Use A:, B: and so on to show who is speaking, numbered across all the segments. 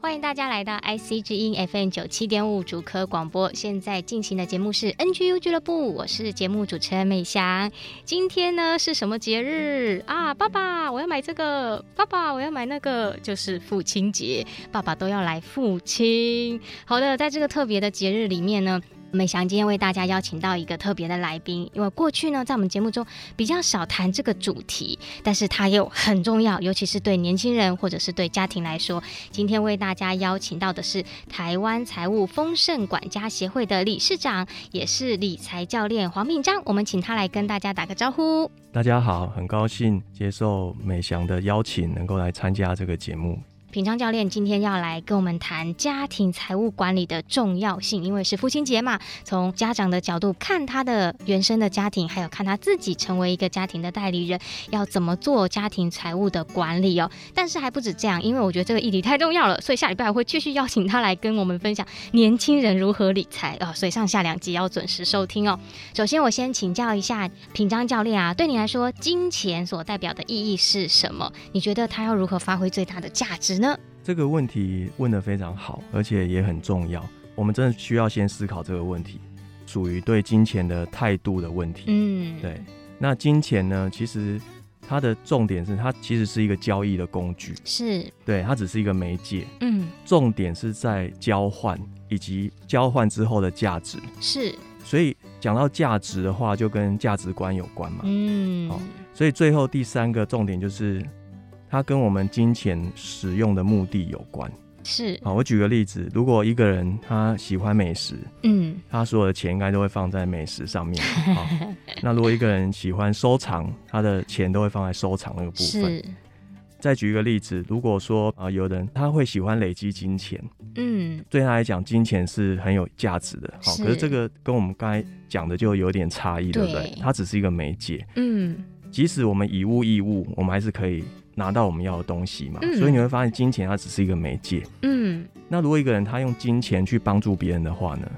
A: 欢迎大家来到 IC 之音 FM 九七点五主科广播，现在进行的节目是 NGU 俱乐部，我是节目主持人美翔。今天呢是什么节日啊？爸爸，我要买这个；爸爸，我要买那个，就是父亲节，爸爸都要来父亲。好的，在这个特别的节日里面呢。美翔今天为大家邀请到一个特别的来宾，因为过去呢，在我们节目中比较少谈这个主题，但是它又很重要，尤其是对年轻人或者是对家庭来说，今天为大家邀请到的是台湾财务丰盛管家协会的理事长，也是理财教练黄敏章。我们请他来跟大家打个招呼。
B: 大家好，很高兴接受美翔的邀请，能够来参加这个节目。
A: 品章教练今天要来跟我们谈家庭财务管理的重要性，因为是父亲节嘛，从家长的角度看他的原生的家庭，还有看他自己成为一个家庭的代理人，要怎么做家庭财务的管理哦。但是还不止这样，因为我觉得这个议题太重要了，所以下礼拜我会继续邀请他来跟我们分享年轻人如何理财哦。所以上下两集要准时收听哦。首先，我先请教一下品章教练啊，对你来说，金钱所代表的意义是什么？你觉得它要如何发挥最大的价值呢？
B: 这个问题问得非常好，而且也很重要。我们真的需要先思考这个问题，属于对金钱的态度的问题。
A: 嗯，
B: 对，那金钱呢？其实它的重点是，它其实是一个交易的工具，
A: 是，
B: 对，它只是一个媒介。
A: 嗯，
B: 重点是在交换以及交换之后的价值。
A: 是，
B: 所以讲到价值的话，就跟价值观有关嘛。
A: 嗯，
B: 啊好所以最后第三个重点就是，它跟我们金钱使用的目的有关。
A: 是，
B: 好，我举个例子，如果一个人他喜欢美食，
A: 嗯，
B: 他所有的钱应该都会放在美食上 面。好，那如果一个人喜欢收藏，他的钱都会放在收藏那个部分。
A: 是，
B: 再举一个例子，如果说啊、呃有人他会喜欢累积金钱，
A: 嗯，
B: 对他来讲，金钱是很有价值的。好，
A: 是
B: 可是这个跟我们刚才讲的就有点差异，对不对
A: 对？
B: 它只是一个媒介。
A: 嗯，
B: 即使我们以物易物，我们还是可以拿到我们要的东西嘛。
A: 嗯
B: 所以你会发现，金钱它只是一个媒介。
A: 嗯，
B: 那如果一个人他用金钱去帮助别人的话呢，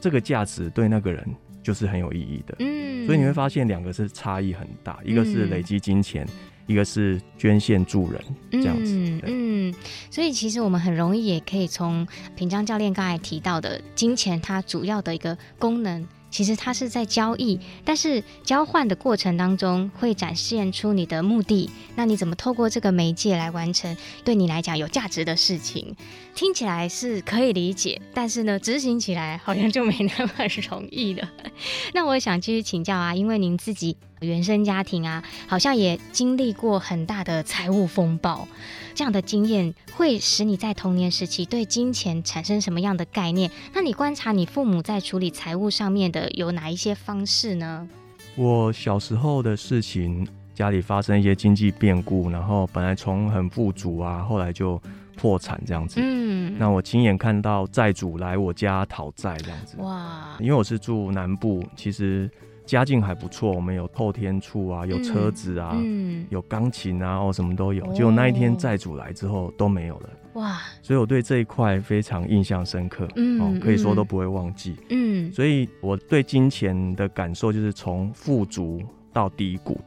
B: 这个价值对那个人就是很有意义的。
A: 嗯，
B: 所以你会发现，两个是差异很大，一个是累积金钱，一个是捐献助人。这样子
A: 嗯
B: 对
A: 嗯，所以其实我们很容易也可以从平章教练刚才提到的金钱，它主要的一个功能。其实它是在交易，但是交换的过程当中会展现出你的目的。那你怎么透过这个媒介来完成对你来讲有价值的事情？听起来是可以理解，但是呢，执行起来好像就没那么容易了。 那我想继续请教啊，因为您自己原生家庭啊，好像也经历过很大的财务风暴，这样的经验会使你在童年时期对金钱产生什么样的概念？那你观察你父母在处理财务上面的有哪一些方式呢？
B: 我小时候的事情，家里发生一些经济变故，然后本来从很富足啊，后来就破产这样子。
A: 嗯，
B: 那我亲眼看到债主来我家讨债这样子。
A: 哇，
B: 因为我是住南部，其实家境还不错，我们有透天厝啊，有车子啊，
A: 嗯，
B: 有钢琴啊，哦，什么都有
A: 哦。
B: 结果那一天债主来之后都没有了，
A: 哇，
B: 所以我对这一块非常印象深刻，
A: 嗯
B: 哦，可以说
A: 嗯
B: 都不会忘记。
A: 嗯，
B: 所以我对金钱的感受就是从富足到低谷。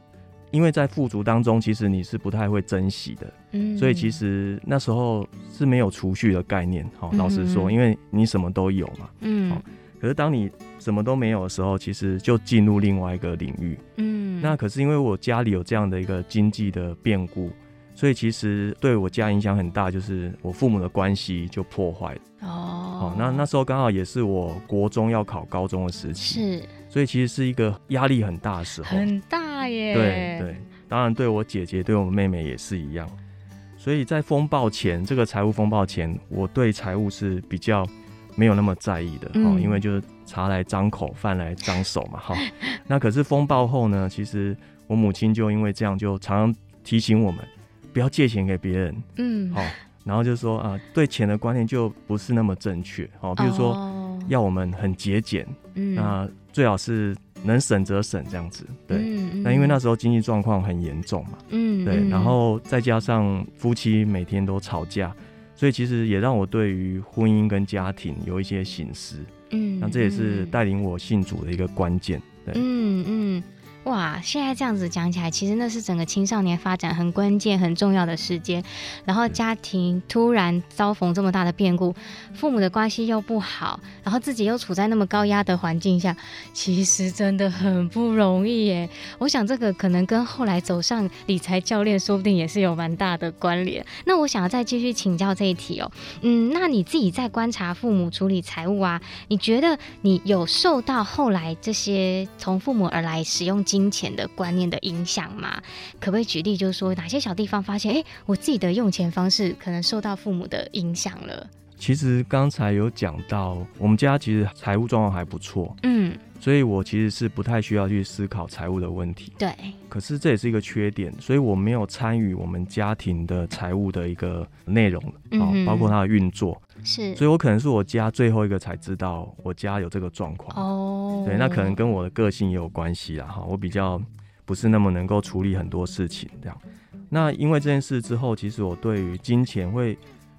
B: 因为在富足当中，其实你是不太会珍惜的，
A: 嗯
B: 所以其实那时候是没有储蓄的概念。好、老实说，
A: 嗯
B: 因为你什么都有嘛，
A: 嗯
B: 好可是当你什么都没有的时候，其实就进入另外一个领域。
A: 嗯，
B: 那可是因为我家里有这样的一个经济的变故，所以其实对我家影响很大，就是我父母的关系就破坏了。
A: 哦
B: 哦，，那那时候刚好也是我国中要考高中的时期，
A: 是
B: 所以其实是一个压力很大的时候。
A: 很大耶，
B: 对对，当然对我姐姐、对我妹妹也是一样。所以在风暴前，这个财务风暴前，我对财务是比较没有那么在意的哈、
A: 嗯
B: 因为就是茶来张口，饭来张手嘛哈。那可是风暴后呢，其实我母亲就因为这样，就常常提醒我们不要借钱给别人
A: 嗯，
B: 哈、然后就说啊、对钱的观念就不是那么正确哦，比如说
A: 哦
B: 要我们很节俭，
A: 嗯
B: 那最好是能省则省这样子，对。
A: 嗯
B: 那因为那
A: 嗯
B: 时候经济状况很严重嘛，
A: 嗯
B: 对，
A: 嗯
B: 然后再加上夫妻每天都吵架，所以其实也让我对于婚姻跟家庭有一些醒思。
A: 嗯
B: 那这也是
A: 嗯
B: 带领我信主的一个关键。对
A: 嗯嗯，哇，现在这样子讲起来，其实那是整个青少年发展很关键、很重要的时间。然后家庭突然遭逢这么大的变故，父母的关系又不好，然后自己又处在那么高压的环境下，其实真的很不容易耶。我想这个可能跟后来走上理财教练，说不定也是有蛮大的关联。那我想要再继续请教这一题哦，嗯，那你自己在观察父母处理财务啊，你觉得你有受到后来这些从父母而来使用金钱的观念的影响吗？可不可以举例，就是说哪些小地方发现，哎，我自己的用钱方式可能受到父母的影响了？
B: 其实刚才有讲到，我们家其实财务状况还不错，
A: 嗯，
B: 所以我其实是不太需要去思考财务的问题。
A: 对，
B: 可是这也是一个缺点，所以我没有参与我们家庭的财务的一个内容，哦
A: 嗯哼
B: 包括它的运作。
A: 是
B: 所以我可能是我家最后一个才知道我家有这个状况。
A: 哦，
B: 对，那可能跟我的个性也有关系啦哈，我比较不是那么能够处理很多事情这样。那因为这件事之后，其实我对于金钱会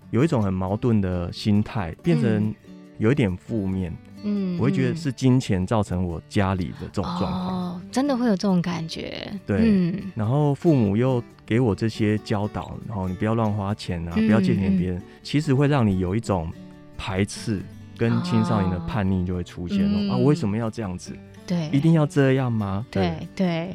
B: 有一种很矛盾的心态，变成
A: 嗯
B: 有一点负面，
A: 嗯
B: 我会觉得是金钱造成我家里的这
A: 这
B: 种状况。
A: 哦，真的会有这种感觉，
B: 对
A: 嗯
B: 然后父母又给我这些教导，然后你不要乱花钱啊，
A: 嗯
B: 不要借钱给别人，其实会让你有一种排斥跟青少年的叛逆就会出现
A: 哦嗯
B: 哦。啊，我为什么要这样子？
A: 对，
B: 一定要这样吗？
A: 对对，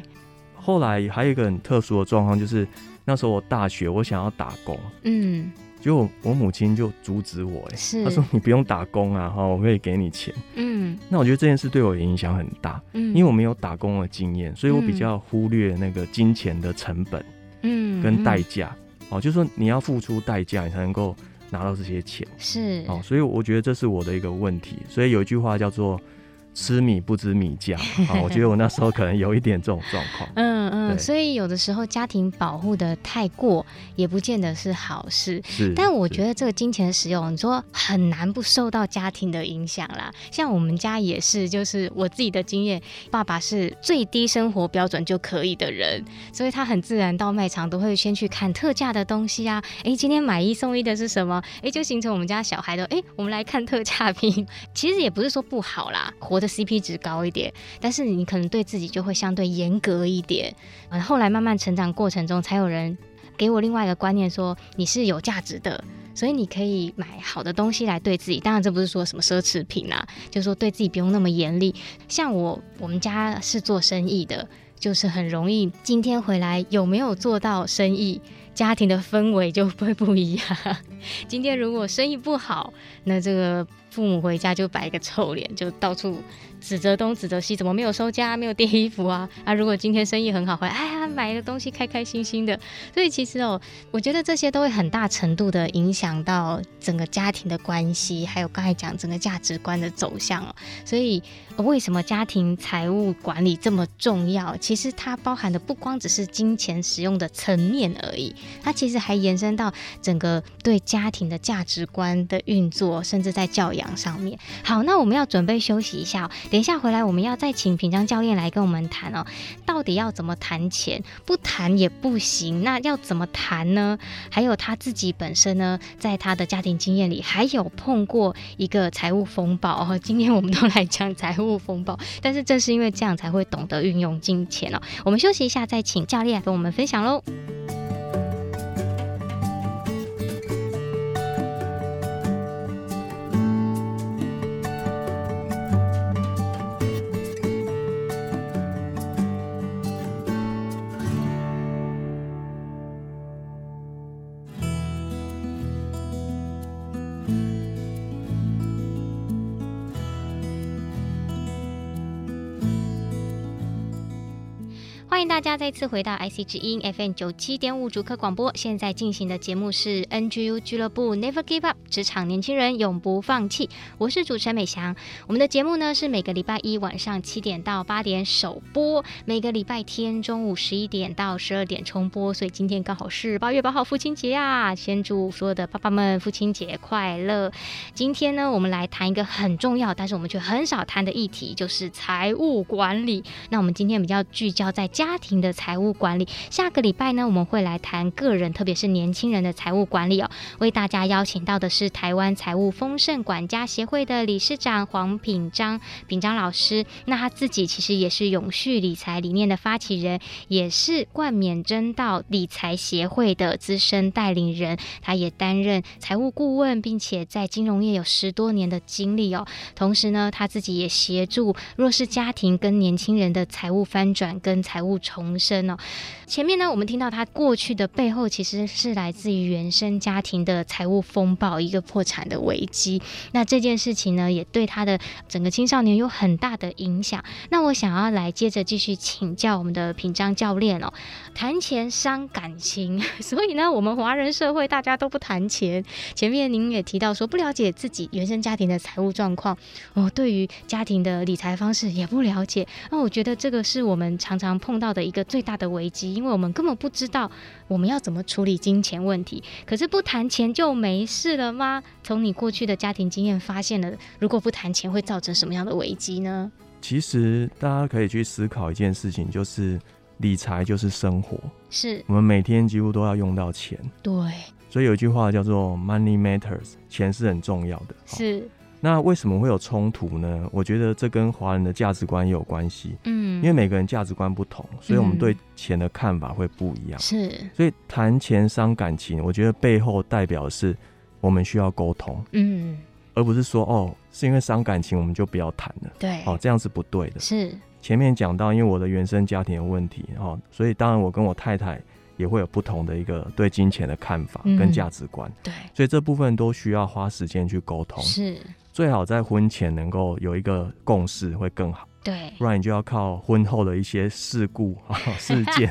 B: 后来还有一个很特殊的状况，就是那时候我大学，我想要打工，
A: 嗯
B: 结果我母亲就阻止我、欸，
A: 是
B: 她说你不用打工啊，哈，我可以给你钱。
A: 嗯
B: 那我觉得这件事对我影响很大，
A: 嗯，
B: 因为我没有打工的经验，所以我
A: 嗯
B: 比较忽略那个金钱的成本。
A: 嗯
B: 跟
A: 嗯
B: 代价、哦，就是说你要付出代价，你才能够拿到这些钱
A: 是。
B: 哦。所以我觉得这是我的一个问题。所以有一句话叫做“吃米不知米价”啊、我觉得我那时候可能有一点这种状况
A: 嗯嗯，
B: 对
A: 所以有的时候家庭保护的太过，也不见得是好事。
B: 是，
A: 但我觉
B: 得
A: 得这个金钱的使用，你说很难不受到家庭的影响啦。像我们家也是，就是我自己的经验，爸爸是最低生活标准就可以的人，所以他很自然到卖场都会先去看特价的东西啊。诶，今天买一送一的是什么？诶，就形成我们家小孩的诶，我们来看特价品。 其实也不是说不好啦，活的 CP 值高一点，但是你可能对自己就会相对严格一点。嗯，后来慢慢成长过程中，才有人给我另外一个观念说你是有价值的，所以你可以买好的东西来对自己。当然，这不是说什么奢侈品啊，就是说对自己不用那么严厉。像我，我们家是做生意的，就是很容易今天回来有没有做到生意。家庭的氛围就会不一样。今天如果生意不好，那这个父母回家就摆一个臭脸，就到处指责东指责西，怎么没有收家、没有叠衣服啊？啊，如果今天生意很好，回来哎呀买的东西开开心心的。所以其实哦，我觉得这些都会很大程度的影响到整个家庭的关系，还有刚才讲整个价值观的走向哦。所以呃为什么家庭财务管理这么重要？其实它包含的不光只是金钱使用的层面而已，它其实还延伸到整个对家庭的价值观的运作，甚至在教养上面。好，那我们要准备休息一下、哦，等一下回来我们要再请平章教练来跟我们谈哦，到底要怎么谈钱？不谈也不行，那要怎么谈呢？还有他自己本身呢，在他的家庭经验里，还有碰过一个财务风暴哦。今天我们都来讲财务风暴，但是正是因为这样才会懂得运用金钱哦。我们休息一下，再请教练跟我们分享喽。欢欢迎大家再次回到 IC 之音 FM 九七点五主客广播，现在进行的节目是 NGU 俱乐部 Never Give Up，职场年轻人永不放弃。我是主持人美翔，我们的节目呢是每个礼拜一晚上七点到八点首播，每个礼拜天中午十一点到十二点重播，所以今天刚好是八月八号父亲节啊，先祝所有的爸爸们父亲节快乐。今天呢，我们来谈一个很重要，但是我们却很少谈的议题，就是财务管理。那我们今天比较聚焦在家庭的财务管理，下个礼拜呢，我们会来谈个人，特别是年轻人的财务管理哦。为大家邀请到的是台湾财务丰盛管家协会的理事长黄品章，品章老师。那他自己其实也是永续理财理念的发起人，也是冠冕真道理财协会的资深带领人。他也担任财务顾问，并且在金融业有十多年的经历哦。同时呢，他自己也协助弱势家庭跟年轻人的财务翻转跟财务重生哦。前面呢，我们听到他过去的背后其实是来自于原生家庭的财务风暴，一个破产的危机。那这件事情呢，也对他的整个青少年有很大的影响。那我想要来接着继续请教我们的平章教练哦，谈钱伤感情， 所以呢，我们华人社会大家都不谈钱。前面您也提到说，不了解自己原生家庭的财务状况，哦，对于家庭的理财方式也不了解。那我觉得这个是我们常常碰到的一个最大的危机，因为我们根本不知道我们要怎么处理金钱问题。可是不谈钱就没事了吗？从你过去的家庭经验发现了，如果不谈钱会造成什么样的危机呢？
B: 其实大家可以去思考一件事情，就是理财就是生活，
A: 是
B: 我们每天几乎都要用到钱，
A: 对，
B: 所以有一句话叫做 “money matters”，钱是很重要的。好
A: 是，
B: 那为什么会有冲突呢？我觉得这跟华人的价值观也有关系，
A: 嗯，
B: 因为每个人价值观不同，所以我们
A: 嗯
B: 对钱的看法会不一样。
A: 是，
B: 所以谈钱伤感情，我觉得背后代表的是我们需要沟通，
A: 嗯，
B: 而不是说哦是因为伤感情我们就不要谈了。
A: 对，
B: 哦，这样是不对的。
A: 是，
B: 前面讲到，因为我的原生家庭有问题哦，所以当然我跟我太太也会有不同的一个对金钱的看法
A: 嗯
B: 跟价值观，
A: 对，
B: 所以这部分都需要花时间去沟通，
A: 是，
B: 最好在婚前能够有一个共识会更好，
A: 对，
B: 不然你就要靠婚后的一些事故、 哦、事件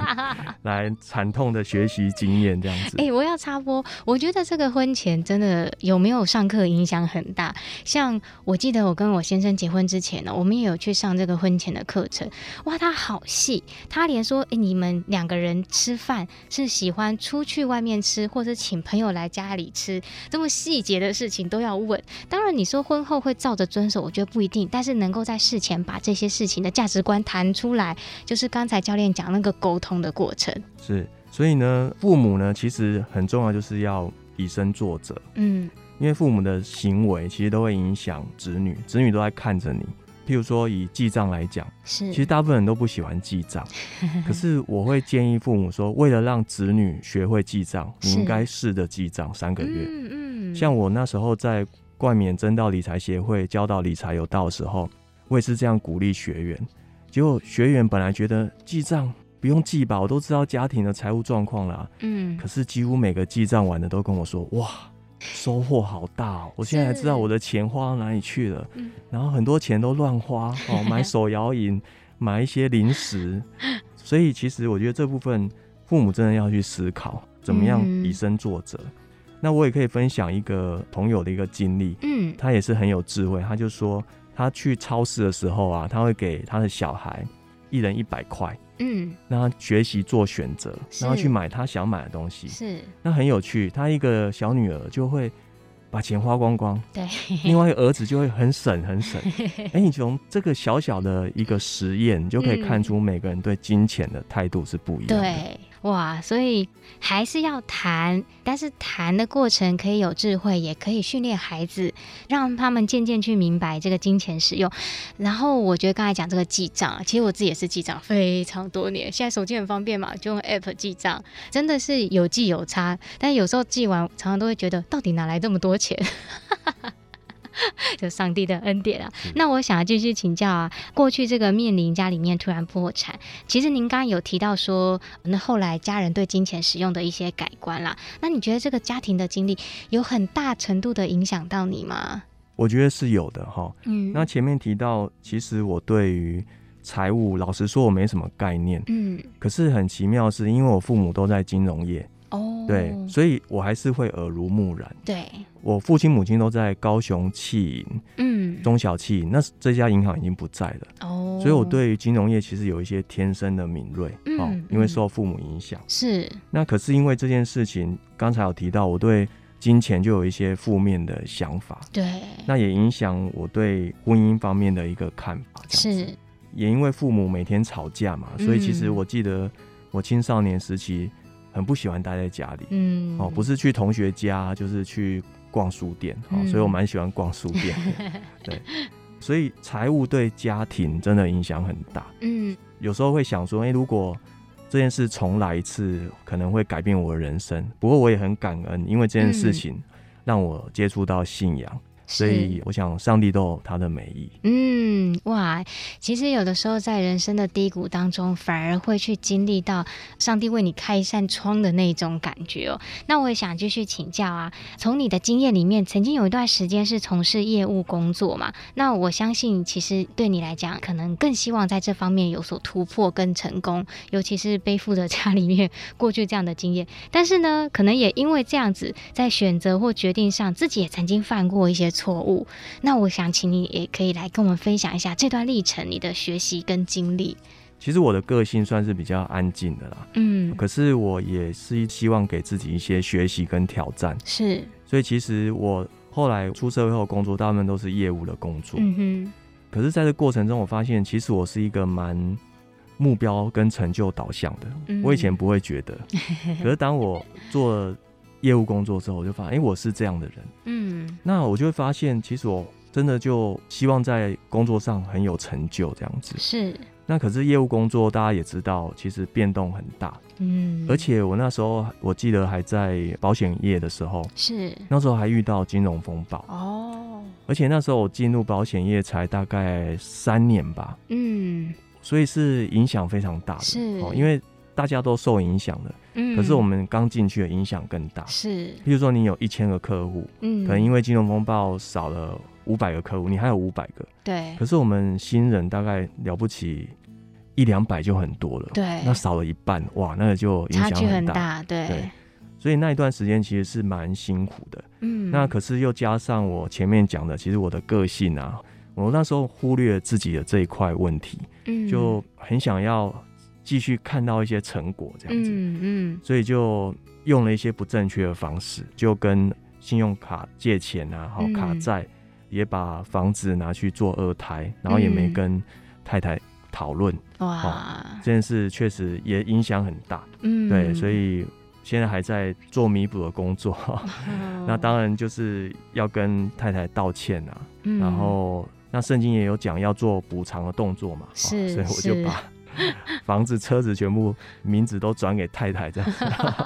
B: 来惨痛的学习经验这样子。
A: 哎、我要插播，我觉得这个婚前真的有没有上课影响很大。像我记得我跟我先生结婚之前哦呢，我们也有去上这个婚前的课程，哇，他好细，他连说，哎、你们两个人吃饭是喜欢出去外面吃，或者请朋友来家里吃，这么细节的事情都要问。当然，你说婚后会照着遵守，我觉得不一定，但是能够在事前把这些事情的价值观谈出来，就是刚才教练讲那个沟通的过程。
B: 是，所以呢，父母呢其实很重要，就是要以身作则，
A: 嗯，
B: 因为父母的行为其实都会影响子女，子女都在看着你。譬如说以记账来讲，
A: 是，
B: 其实大部分人都不喜欢记账，可是我会建议父母说，为了让子女学会记账，你
A: 是
B: 应该试着记账三个月。
A: 嗯嗯，
B: 像我那时候在冠冕真道理财协会教导理财有道的时候，我也是这样鼓励学员。结果学员本来觉得记账不用记吧，我都知道家庭的财务状况啦。
A: 嗯
B: 可是几乎每个记账完的都跟我说：“哇，收获好大哦！我现在才知道我的钱花到哪里去了
A: 嗯，
B: 然后很多钱都乱 花哦，买手摇饮，买一些零食。所以其实我觉得这部分父母真的要去思考，怎么样
A: 嗯
B: 以身作则。那我也可以分享一个朋友的一个经历，
A: 嗯
B: 他也是很有智慧，他就说他去超市的时候啊，他会给他的小孩一人一百块。
A: 嗯
B: 让他学习做选择，然后
A: 是
B: 去买他想买的东西。
A: 是
B: 那很有趣，他一个小女儿就会把钱花光光，
A: 对，
B: 另外一个儿子就会很省很 省。哎、你从这个小小的一个实验，你就可以看出每个人对金钱的态度是不一样的。
A: 对哇，所以还是要谈，但是谈的过程可以有智慧，也可以训练孩子，让他们渐渐去明白这个金钱使用。然后我觉得刚才讲这个记账啊，其实我自己也是记账非常多年，现在手机很方便嘛，就用 App 记账，真的是有记有差。但有时候记完，常常都会觉得到底哪来这么 多钱？ 就上帝的恩典啊！那我想要继续请教啊，过去这个面临家里面突然破产。其实您刚刚有提到说，呃那后来家人对金钱使用的一些改观啦，那你觉得这个家庭的经历有很大程度的影响到你吗？
B: 我觉得是有的哈。
A: 嗯
B: 那前面提到，其实我对于财务，老实说我没什么概念。
A: 嗯，
B: 可是很奇妙的是，因为我父母都在金融业，
A: 哦，
B: 对，所以我还是会耳濡目染。
A: 对，
B: 我父亲母亲都在高雄气银、
A: 嗯，
B: 中小气银，那这家银行已经不在了，
A: 哦，
B: 所以我对于金融业其实有一些天生的敏锐
A: 嗯
B: 哦
A: 嗯，
B: 因为受父母影响。
A: 哦是，
B: 那可是因为这件事情，刚才有提到，我对金钱就有一些负面的想法，
A: 对，
B: 那也影响我对婚姻方面的一个看法。这样子，
A: 是，
B: 也因为父母每天吵架嘛，所以其实
A: 嗯
B: 我记得我青少年时期很不喜欢待在家里，
A: 嗯，
B: 哦，不是去同学家，就是去逛书店，哦，
A: 嗯
B: 所以我蛮喜欢逛书店 的，对，所以财务对家庭真的影响很大。
A: 嗯，
B: 有时候会想说，哎、如果这件事重来一次，可能会改变我的人生。不过我也很感恩，因为这件事情让我接触到信仰，所以
A: 嗯是。
B: 我想上帝都有他的美意。
A: 嗯，哇，其实有的时候在人生的低谷当中，反而会去经历到上帝为你开一扇窗的那种感觉哦。那我也想继续请教啊，从你的经验里面，曾经有一段时间是从事业务工作嘛？那我相信，其实对你来讲，可能更希望在这方面有所突破跟成功，尤其是背负着家里面 过去这样的经验。但是呢，可能也因为这样子，在选择或决定上，自己也曾经犯过一些错误。那我想请你也可以来跟我们分享一下这段历程，你的学习跟经历。
B: 其实我的个性算是比较安静的啦，
A: 嗯，
B: 可是我也是希望给自己一些学习跟挑战。
A: 是，
B: 所以其实我后来出社会后工作，大部分都是业务的工作。
A: 嗯
B: 可是在这过程中，我发现其实我是一个蛮目标跟成就导向的。
A: 嗯
B: 我以前不会觉 得，可是当我做了业务工作之后，我就发现，哎、我是这样的人。
A: 哼，嗯，
B: 那我就会发现，其实我真的就希望在工作上很有成就这样子。
A: 是，
B: 那可是业务工作，大家也知道，其实变动很大。
A: 嗯，
B: 而且我那时候我记得还在保险业的时候，
A: 是，
B: 那时候还遇到金融风暴，
A: 哦，
B: 而且那时候我进入保险业才大概三年吧，
A: 嗯
B: 所以是影响非常大的。哦
A: 是
B: 因为大家都受影响的。
A: 嗯，
B: 可是我们刚进去的影响更大。
A: 是，
B: 譬如说，你有一千个客户，
A: 嗯，
B: 可能因为金融风暴少了五百个客户，你还有五百个。
A: 对
B: 可是我们新人大概了不起一两百就很多了，
A: 对，
B: 那少了一半，哇，那个就影
A: 差
B: 响
A: 距
B: 很
A: 很
B: 大。
A: 大，对，
B: 对所以那一段时间其实是蛮辛苦的。
A: 嗯，
B: 那可是又加上我前面讲的，其实我的个性啊，我那时候忽略了自己的这一块问题，
A: 嗯
B: 就很想要继续看到一些成果这样子。
A: 嗯嗯
B: 所以就用了一些不正确的方式，就跟信用卡借钱啊，好
A: 嗯
B: 卡债，也把房子拿去做二胎，然后也
A: 嗯
B: 没跟太太讨论、
A: 哇，
B: 这件事，确实也影响很大。
A: 嗯，
B: 对，所以现在还在做弥补的工作，
A: 哦
B: 那当然就是要跟太太道歉啊，
A: 嗯，
B: 然后。那圣经也有讲要做补偿的动作嘛，哦
A: 是
B: 所以我
A: 是
B: 就把 房子、车子全部名字都转给太太，这样子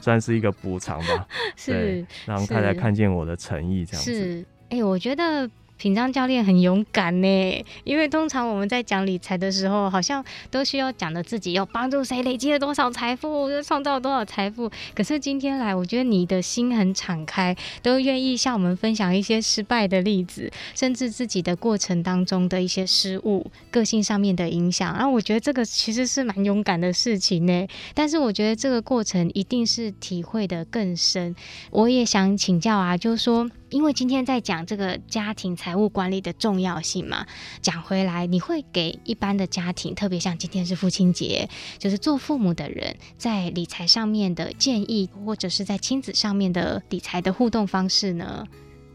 B: 算是一个补偿吧，
A: 是
B: 对让太太
A: 是
B: 看见我的诚意，这样子。
A: 是，哎、我觉得品章教练很勇敢呢，因为通常我们在讲理财的时候，好像都需要讲的自己要帮助谁累积了多少财富，又创造了多少财富。可是今天来，我觉得你的心很敞开，都愿意向我们分享一些失败的例子，甚至自己的过程当中的一些失误、个性上面的影响。啊，我觉得这个其实是蛮勇敢的事情呢。但是我觉得这个过程一定是体会的更深，我也想请教啊，就是说，因为今天在讲这个家庭财务管理的重要性嘛，讲回来，你会给一般的家庭，特别像今天是父亲节，就是做父母的人在理财上面的建议，或者是在亲子上面的理财的互动方式呢？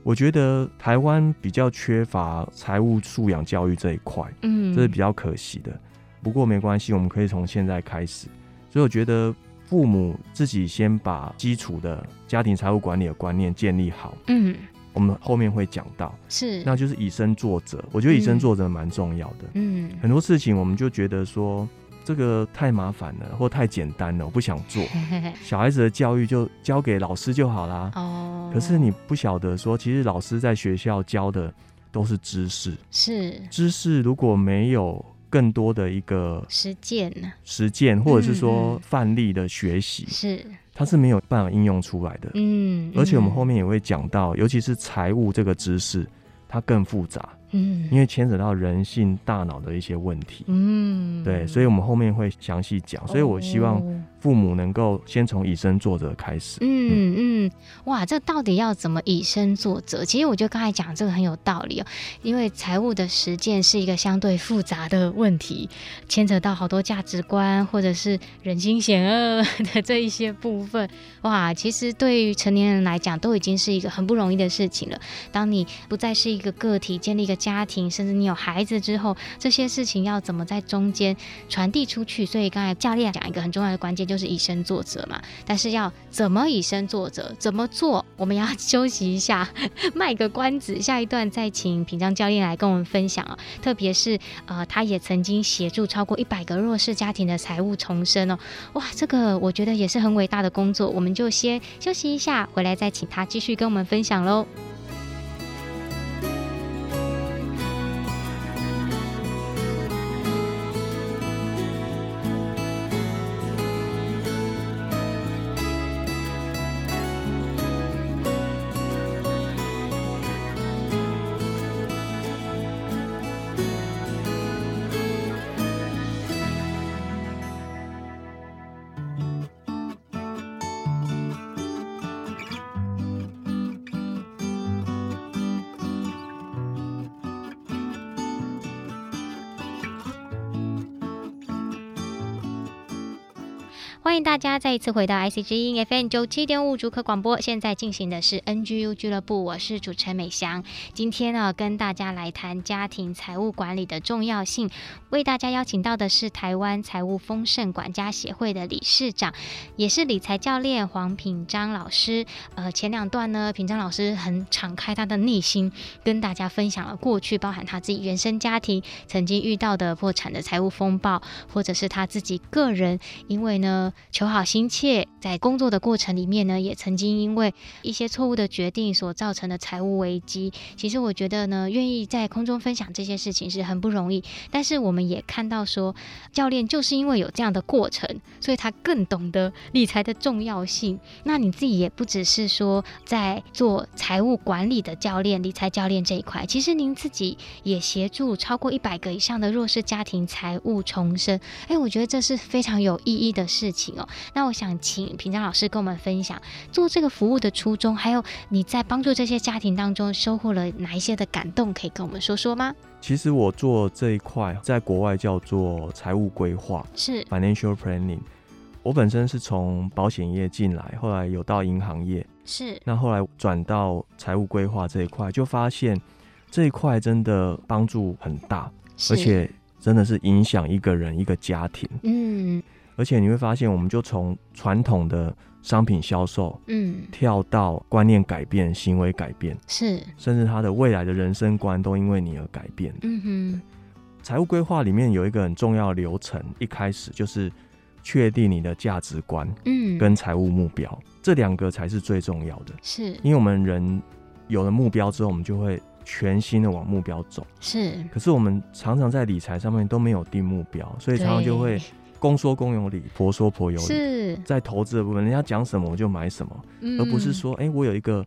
B: 我觉得台湾比较缺乏财务素养教育这一块，
A: 嗯，
B: 这是比较可惜的。不过没关系，我们可以从现在开始。所以我觉得父母自己先把基础的家庭财务管理的观念建立好，
A: 嗯
B: 我们后面会讲到，
A: 是
B: 那就是以身作则。我觉得以身作则蛮重要的。
A: 嗯嗯
B: 很多事情我们就觉得说这个太麻烦了，或太简单了，我不想 做。小孩子的教育就交给老师就好啦。
A: 哦，
B: 可是你不晓得说，其实老师在学校教的都是知识，
A: 是
B: 知识如果没有更多的一个
A: 实践
B: 实践或者是
A: 嗯嗯
B: 说范例的学习，
A: 是
B: 它是没有办法应用出来的。
A: 嗯，
B: 而且我们后
A: 面
B: 面也会讲到，尤其是财务这个知识，它更复杂，
A: 嗯，
B: 因为牵扯到人性、大脑的一些问题。
A: 嗯，
B: 对，所以我们后面会详细讲。所以我希望
A: 哦
B: 父母能够先从以身作则开始。
A: 嗯嗯，哇，这到底要怎么以身作则？其实我觉得刚才讲这个很有道理哦，因为财务的实践是一个相对复杂的问题，牵扯到好多价值观或者是人心险恶的 这一些部分。哇，其实对于成年人来讲，都已经是一个很不容易的事情了。当你不再是一个个体，建立一个家庭，甚至你有孩子之后，这些事情要怎么在中间传递出去？所以刚才教练讲一个很重要的关键，就是以身作则嘛。但是要怎么以身作则，怎么做，我们要休息一下， 卖个关子，下一段再请平章教练来跟我们分享哦。特别是呃，他也曾经协助超过一百个弱势家庭的财务重生哦，哇，这个我觉得也是很伟大的工作。我们就先休息一下，回来再请他继续跟我们分享喽。欢迎大家再一次回到 IC 之音 FM 九七点五主客广播，现在进行的是 NGU 俱乐部，我是主持人美翔。今天呢，跟大家来谈家庭财务管理的重要性，为大家邀请到的是台湾财务丰盛管家协会的理事长，也是理财教练黄品章老师。呃，前两段呢，品章老师很敞开他的内心，跟大家分享了过去包含他自己原生家庭曾经遇到的破产的财务风暴，或者是他自己个人因为呢求好心切，在工作的过程里面呢，也曾经因为一些错误的决定所造成的财务危机。其实我觉得呢，愿意在空中分享这些事情是很不容易，但是我们也看到说，教练就是因为有这样的过程，所以他更懂得理财的重要性。那你自己也不只是说在做财务管理的教练、理财教练这一块，其实您自己也协助超过一百个以上的弱势家庭财务重生。哎，我觉得这是非常有意义的事情哦。那我想请平章老师跟我们分享做这个服务的初衷，还有你在帮助这些家庭当中收获了哪一些的感动，可以跟我们说说吗？
B: 其实我做这一块，在国外叫做财务规划
A: 是，
B: （financial planning）。我本身是从保险业进来，后来有到银行业，
A: 是，
B: 那后来转到财务规划这一块，就发现这一块真的帮助很大，而
A: 是，
B: 且真的是影响一个人、一个家庭。
A: 嗯
B: 而且你会发现，我们就从传统的商品销售
A: 嗯，
B: 跳到观念改变、行为改变，
A: 是，
B: 甚至他的未来的人生观都因为你而改变。
A: 嗯哼，
B: 财务规划里面有一个很重要的流程，一开始就是确定你的价值观
A: 嗯，
B: 跟财务目标，这两个才是最重要的。
A: 是
B: 因为我们人有了目标之后，我们就会全心的往目标走。
A: 是，
B: 可是我们常常在理财上面都没有定目标，所以常常就会公说公有理，婆说婆有理。
A: 是，
B: 在投资的部分，人家讲什么我就买什么，
A: 嗯
B: 而不是说，哎、我有一个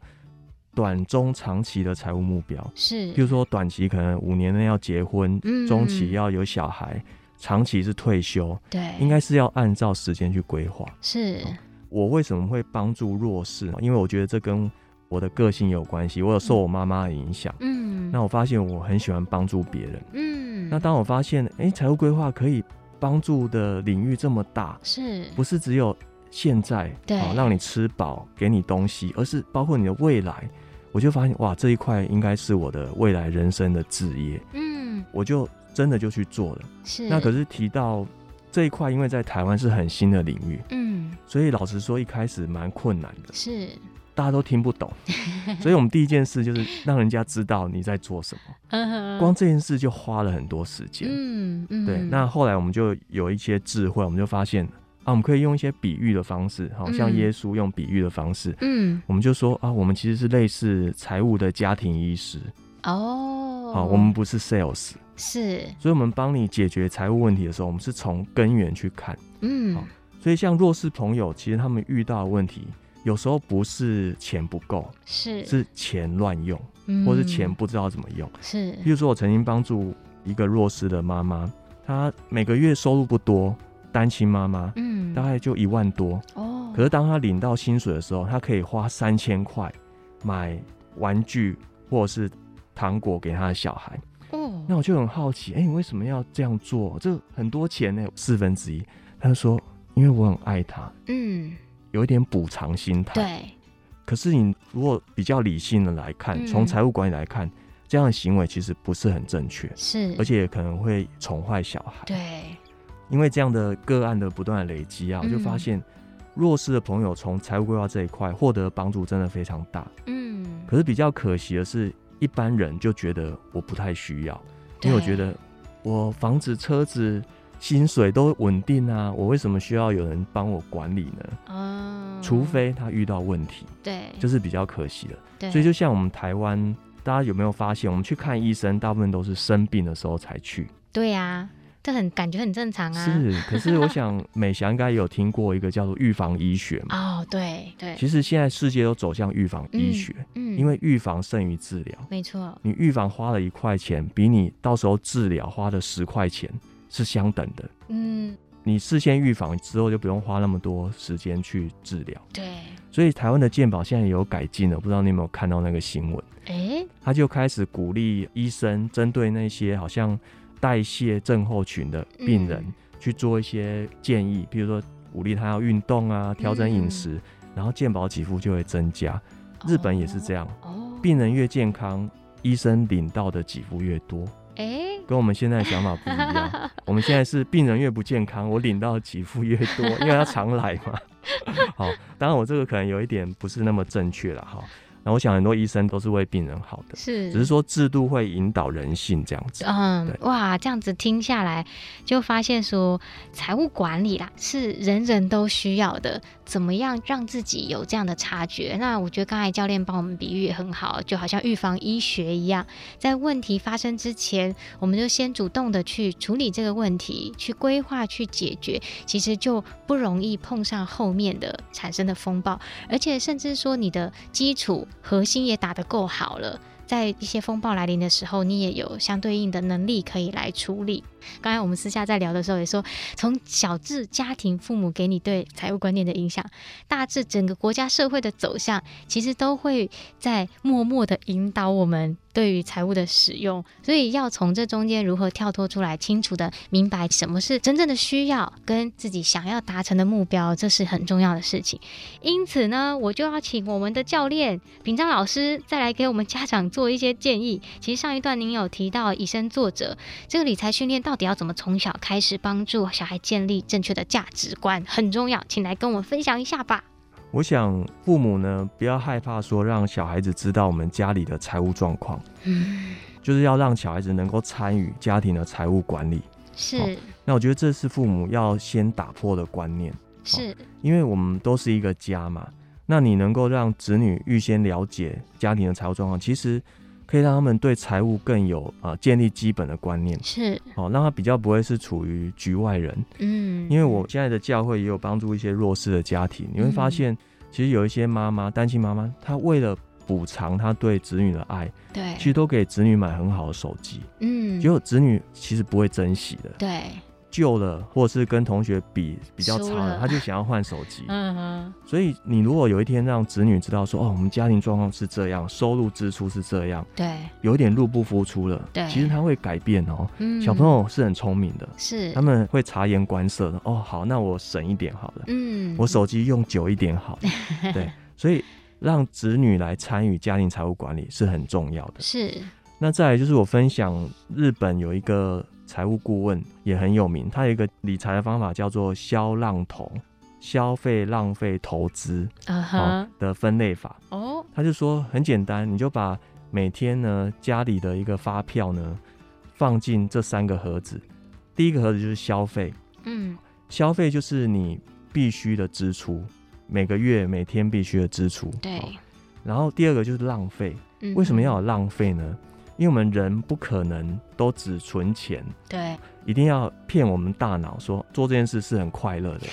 B: 短、中、长期的财务目标。
A: 是，
B: 譬如说，短期可能五年内要结婚，
A: 嗯
B: 中期要有小孩，长期是退休，
A: 对，
B: 应该是要按照时间去规划。
A: 是，
B: 我为什么会帮助弱势？因为我觉得这跟我的个性有关系，我有受我妈妈的影响。
A: 嗯，
B: 那我发现我很喜欢帮助别人。
A: 嗯，
B: 那当我发现，哎、财务规划可以帮助的领域这么大，
A: 是
B: 不是只有现在
A: 对
B: 啊让你吃饱给你东西，而是包括你的未来。我就发现，哇，这一块应该是我的未来人生的置业，
A: 嗯
B: 我就真的就去做了。
A: 是，
B: 那可
A: 是
B: 是提到这一块，因为在台湾是很新的领域，
A: 嗯
B: 所以老实说一开始蛮困难的，
A: 是
B: 大家都听不 懂。所以我们第一件事就是让人家知道你在做什么，
A: 嗯
B: 光这件事就花了很多时间。
A: 嗯嗯
B: 对，那后来我们就有一些智慧，我们就发现啊，我们可以用一些比喻的方式，好、
A: 嗯
B: 像耶稣用比喻的方式，
A: 嗯
B: 我们就说啊，我们其实是类似财务的家庭医师，
A: 哦，
B: 好、我们不是 sales，
A: 是
B: 所以我们帮你解决财务问题的时候，我们是从根源去看。
A: 嗯
B: 好所以像弱势朋友，其实他们遇到的问题，有时候不是钱不够，
A: 是
B: 是钱乱用，
A: 嗯
B: 或是钱不知道怎么用。
A: 是
B: 譬如说，我曾经帮助一个弱势的妈妈，她每个月收入不多，单亲妈妈，
A: 嗯
B: 大概就一万多。
A: 哦
B: 可是当她领到薪水的时候，她可以花三千块买玩具或者是糖果给她的小孩。
A: 哦
B: 那我就很好奇，哎、你为什么要这样做？这很多钱呢、四分之一。她就说，因为我很爱她，
A: 嗯
B: 有一点补偿心态。
A: 对
B: 可是你如果比较理性的来看
A: 嗯，
B: 从财务管理来看，这样的行为其实不是很正确，
A: 是
B: 而且也可能会宠坏小孩。
A: 对
B: 因为这样的个案的不断的累积啊，我
A: 嗯
B: 就发现弱势的朋友从财务规划这一块获得的帮助真的非常大。
A: 嗯
B: 可是比较可惜的是，一般人就觉得我不太需要，因为我觉得我房子、车子、薪水都稳定啊，我为什么需要有人帮我管理呢？
A: 哦
B: 除非他遇到问题，
A: 对
B: 这
A: 是
B: 是比较可惜的。
A: 嗯对
B: 所以就像我们台湾，大家有没有发现，我们去看医生，大部分都是生病的时候才去。
A: 对啊，这很感觉很正常啊
B: 是，可是我 想美霞应该有听过一个叫做预防医学嘛。
A: 哦对对
B: 其实现在世界都走向预防医学，
A: 嗯
B: 因为预防胜于治疗。
A: 没错
B: 你预防花了一块钱，比你到时候治疗花的十块钱是相等的。
A: 嗯
B: 你事先预防之后，就不用花那么多时间去治疗。
A: 对
B: 所以台湾的健保现在也有改进了，不知道你有没有看到那个新闻？
A: 哎
B: 他就开始鼓励医生针对那些好像代谢症候群的病人、
A: 嗯
B: 去做一些建议，比如说鼓励他要运动啊，调整饮食，
A: 嗯
B: 然后健保给付就会增加。日本也是这样，
A: 哦
B: 病人越健康，医生领到的给付越多，
A: 哎
B: 跟我们现在的想法不一 样。我们现在是病人越不健康，我领到的给付越多，因为他常来 嘛。好，当然我这个可能有一点不是那么正确了哈。那我想很多医生都是为病人好的。
A: 是
B: 只是说制度会引导人性这样子。
A: 嗯
B: 对，
A: 哇，这样子听下来，就发现说财务管理啦是人人都需要的。怎么样让自己有这样的察觉？那我觉得刚才教练帮我们比喻也很好，就好像预防医学一样，在问题发生之前，我们就先主动的去处理这个问题，去规划、去解决，其实就不容易碰上后面的产生的风暴。而且甚至说你的基础核心也打得够好了。在一些风暴来临的时候，你也有相对应的能力可以来处理。刚才我们私下在聊的时候也说，从小至家庭父母给你对财务观念的影响，大至整个国家社会的走向，其实都会在默默的引导我们对于财务的使用。所以要从这中间如何跳脱出来，清楚的明白什么是真正的需要，跟自己想要达成的目标，这是很重要的事情。因此呢，我就要请我们的教练平章老师再来给我们家长做一些建议。其实上一段您有提到以身作则，这个理财训练到底要怎么从小开始帮助小孩建立正确的价值观，很重要，请来跟我们分享一下吧。
B: 我想父母呢，不要害怕说让小孩子知道我们家里的财务状况，
A: 嗯，
B: 就是要让小孩子能够参与家庭的财务管理。好
A: 是
B: 那我觉得这是父母要先打破的观念，
A: 是，
B: 因为我们都是一个家嘛。那你能够让子女预先了解家庭的财务状况，其实可以让他们对财务更有呃建立基本的观念，
A: 是，
B: 好、让他比较不会是处于局外人。
A: 嗯，嗯
B: 因为我现在的教会也有帮助一些弱势的家庭，你会发现，其实有一些妈妈，单亲妈妈，她为了补偿她对子女的爱，
A: 对
B: 其，实都给子女买很好的手机，
A: 嗯，
B: 结果子女其实不会珍惜的，
A: 对，
B: 旧了或是跟同学比比较差
A: 输
B: 了，
A: 了
B: 他就想要换手机。
A: 嗯哼，
B: 所以你如果有一天让子女知道说，哦，我们家庭状况是这样，收入支出是这样，
A: 对，
B: 有点入不敷出了，
A: 对
B: 其实他会改变哦。
A: 嗯，
B: 小朋友是很聪明的，
A: 是
B: 他，们会察言观色的。哦，好，那我省一点好了。
A: 嗯，
B: 我手机用久一点 好。对，所以让子女来参与家庭财务管理是很重要的。
A: 是，
B: 那再来就是我分享，日本有一个财务顾问也很有名，他有一个理财的方法叫做消浪头，消费、浪费、投资
A: 嗯
B: 啊、
A: 哼，
B: 的分类法。
A: 哦，
B: 他就说很简单，你就把每天呢家里的一个发票呢放进这三个盒子，第一个盒子就是消费，
A: 嗯，
B: 消费就是你必须的支出，每个月每天必须的支出。
A: 对
B: 好，然后第二个就是浪费，
A: 嗯
B: 为什么
A: 哼
B: 要有浪费呢？因为我们人不可能都只存钱，
A: 对，
B: 一定要骗我们大脑说做这件事是很快乐的，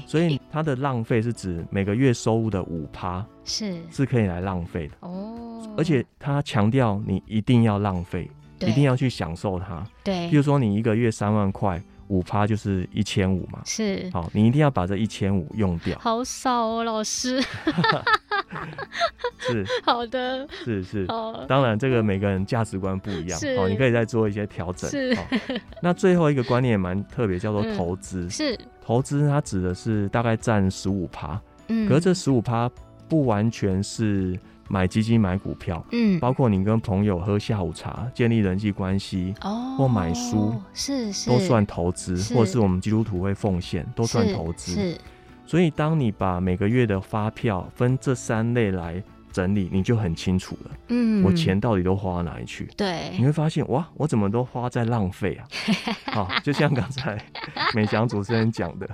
B: 所以它的浪费是指每个月收入的五趴
A: 是
B: 是可以来浪费的，
A: 嗯哦，
B: 而且它强调你一定要浪费，
A: 对
B: 一定要去享受它。
A: 对
B: 譬，如说你一个月三万块，五趴就是一千五嘛，
A: 是，
B: 好，你一定要把这一千五用掉
A: 好少哦，老师。
B: 是
A: 好的，
B: 是是。
A: 哦，
B: 当然，这个每个人价值观不一样
A: 是，
B: 哦，你可以再做一些调整。
A: 是嗯
B: 哦，那最后一个观念也蛮特别，叫做投资。
A: 是，
B: 投资它指的是大概占十五趴，
A: 嗯，
B: 可是这十五趴不完全是买基金、买股票，
A: 嗯，
B: 包括你跟朋友喝下午茶、建立人际关系，
A: 哦，
B: 或买书
A: 是是
B: 都算投资，
A: 是
B: 或者是我们基督徒会奉献，都算
A: 是
B: 投资。
A: 是
B: 所以，当你把每个月的发票分这三类来整理，你就很清楚了，
A: 嗯，哎
B: 我钱到底都花到哪里去。你
A: 对，
B: 会发现，哇，我怎么都花在浪费 啊！好、就像刚才美翔主持人讲 的，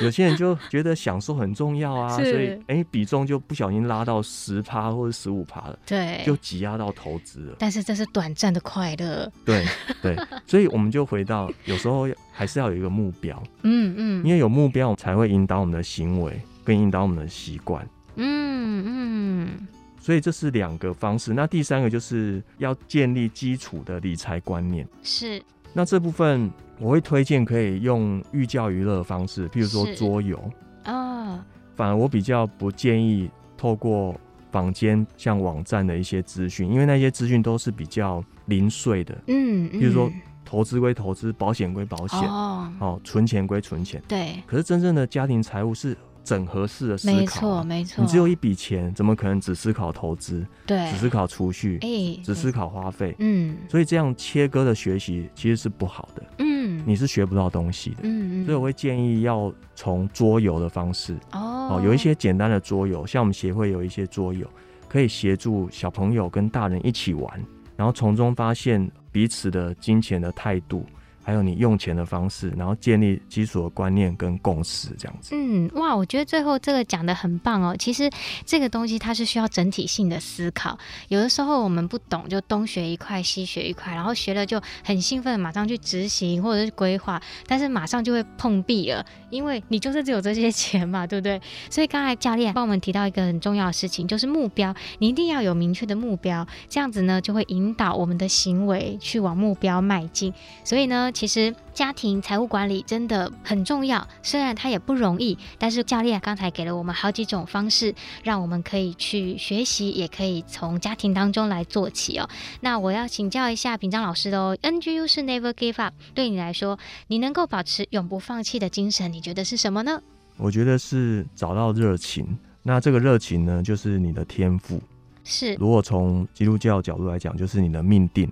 B: 有些人就觉得享受很重要啊，所
A: 是
B: 以哎、诶比重就不小心拉到十趴或者十五趴了，
A: 对，
B: 就挤压到投资了。
A: 但是这是短暂的快乐，
B: 对对，所以我们就回到，有时候还是要有一个目标，
A: 嗯嗯，
B: 因为有目标，我们才会引导我们的行为，跟引导我们的习惯。
A: 嗯嗯，
B: 所以这是两个方式。那第三个就是要建立基础的理财观念。
A: 是
B: 那这部分我会推荐可以用寓教于乐的方式，譬如说
A: 是
B: 桌游。
A: 哦，
B: 反而我比较不建议透过坊间像网站的一些资讯，因为那些资讯都是比较零碎的，
A: 嗯，
B: 譬如说
A: 嗯
B: 投资归投资，保险归保险，
A: 哦，
B: 哦，存钱归存钱。
A: 对，
B: 可是真正的家庭财务是整合式的思
A: 没
B: 考
A: 错
B: 啊、
A: 没错，
B: 你只有一笔钱，怎么可能只思考投资，
A: 对，
B: 只思考储蓄，
A: 哎，
B: 只思考花费？
A: 嗯
B: 所以这样切割的学习其实是不好的，
A: 嗯，
B: 你是学不到东西的。
A: 嗯嗯，
B: 所以我会建议要从桌游的方式
A: 哦
B: 哦，有一些简单的桌游，像我们协会有一些桌游，可以协助小朋友跟大人一起玩，然后从中发现彼此的金钱的态度，还有你用钱的方式，然后建立基础的观念跟共识，这样子。
A: 嗯，哇，我觉得最后这个讲的很棒哦。其实这个东西它是需要整体性的思考，有的时候我们不懂就东学一块西学一块，然后学了就很兴奋，马上去执行或者是规划，但是马上就会碰壁了，因为你就是只有这些钱嘛，对不对？所以刚才教练帮我们提到一个很重要的事情，就是目标，你一定要有明确的目标，这样子呢就会引导我们的行为去往目标迈进。所以呢，其实家庭财务管理真的很重要，虽然它也不容易，但是教练刚才给了我们好几种方式，让我们可以去学习，也可以从家庭当中来做起哦。那我要请教一下平章老师的哦，NGU 是 Never Give Up，对你来说，你能够保持永不放弃的精神，你觉得是什么呢？
B: 我觉得是找到热情，那这个热情呢，就是你的天赋。
A: 是
B: 如果从基督教角度来讲，就是你的命定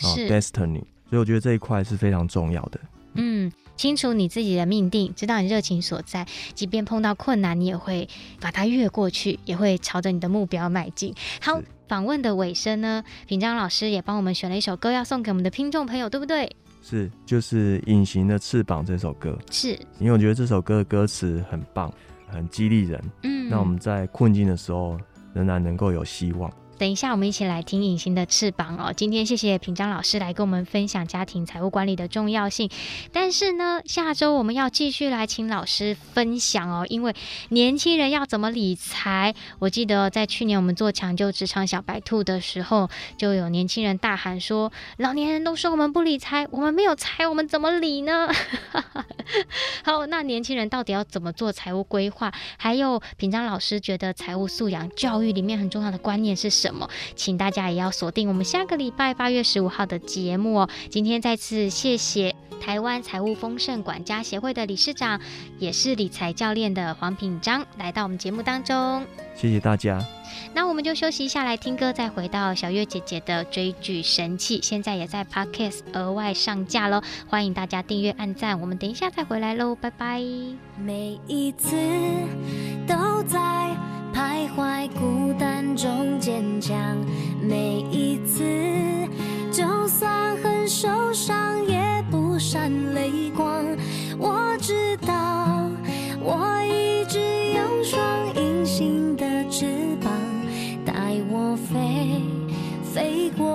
B: 啊
A: 是，
B: ，destiny。所以我觉得这一块是非常重要的。
A: 嗯，清楚你自己的命定，知道你热情所在，即便碰到困难，你也会把它越过去，也会朝着你的目标迈进。好
B: 是，
A: 访问的尾声呢，平章老师也帮我们选了一首歌要送给我们的听众朋友，对不对？
B: 是，就是《隐形的翅膀》这首歌，
A: 是，
B: 因为我觉得这首歌的歌词很棒，很激励人，
A: 嗯，
B: 让我们在困境的时候仍然能够有希望。
A: 等一下，我们一起来听《隐形的翅膀》哦。今天谢谢平章老师来跟我们分享家庭财务管理的重要性。但是呢，下周我们要继续来请老师分享哦，因为年轻人要怎么理财？我记得在去年我们做抢救职场小白兔的时候，就有年轻人大喊说：“老年人都说我们不理财，我们没有财，我们怎么理呢？” 好，那年轻人到底要怎么做财务规划？还有平章老师觉得财务素养教育里面很重要的观念是什么？请大家也要锁定我们下个礼拜八月十五号的节目哦。今天再次谢谢台湾财务丰盛管家协会的理事长，也是理财教练的黄品章来到我们节目当中。
B: 谢谢大家，
A: 那我们就休息一下来听歌，再回到小月姐姐的追剧神器，现在也在 Podcast 额外上架喽，欢迎大家订阅、按赞。我们等一下再回来喽，拜拜。
C: 每一次都在徘徊孤单中坚强，每一次就算很受伤也不闪泪光。我知道我一直有双隐形的翅膀，带我飞，飞过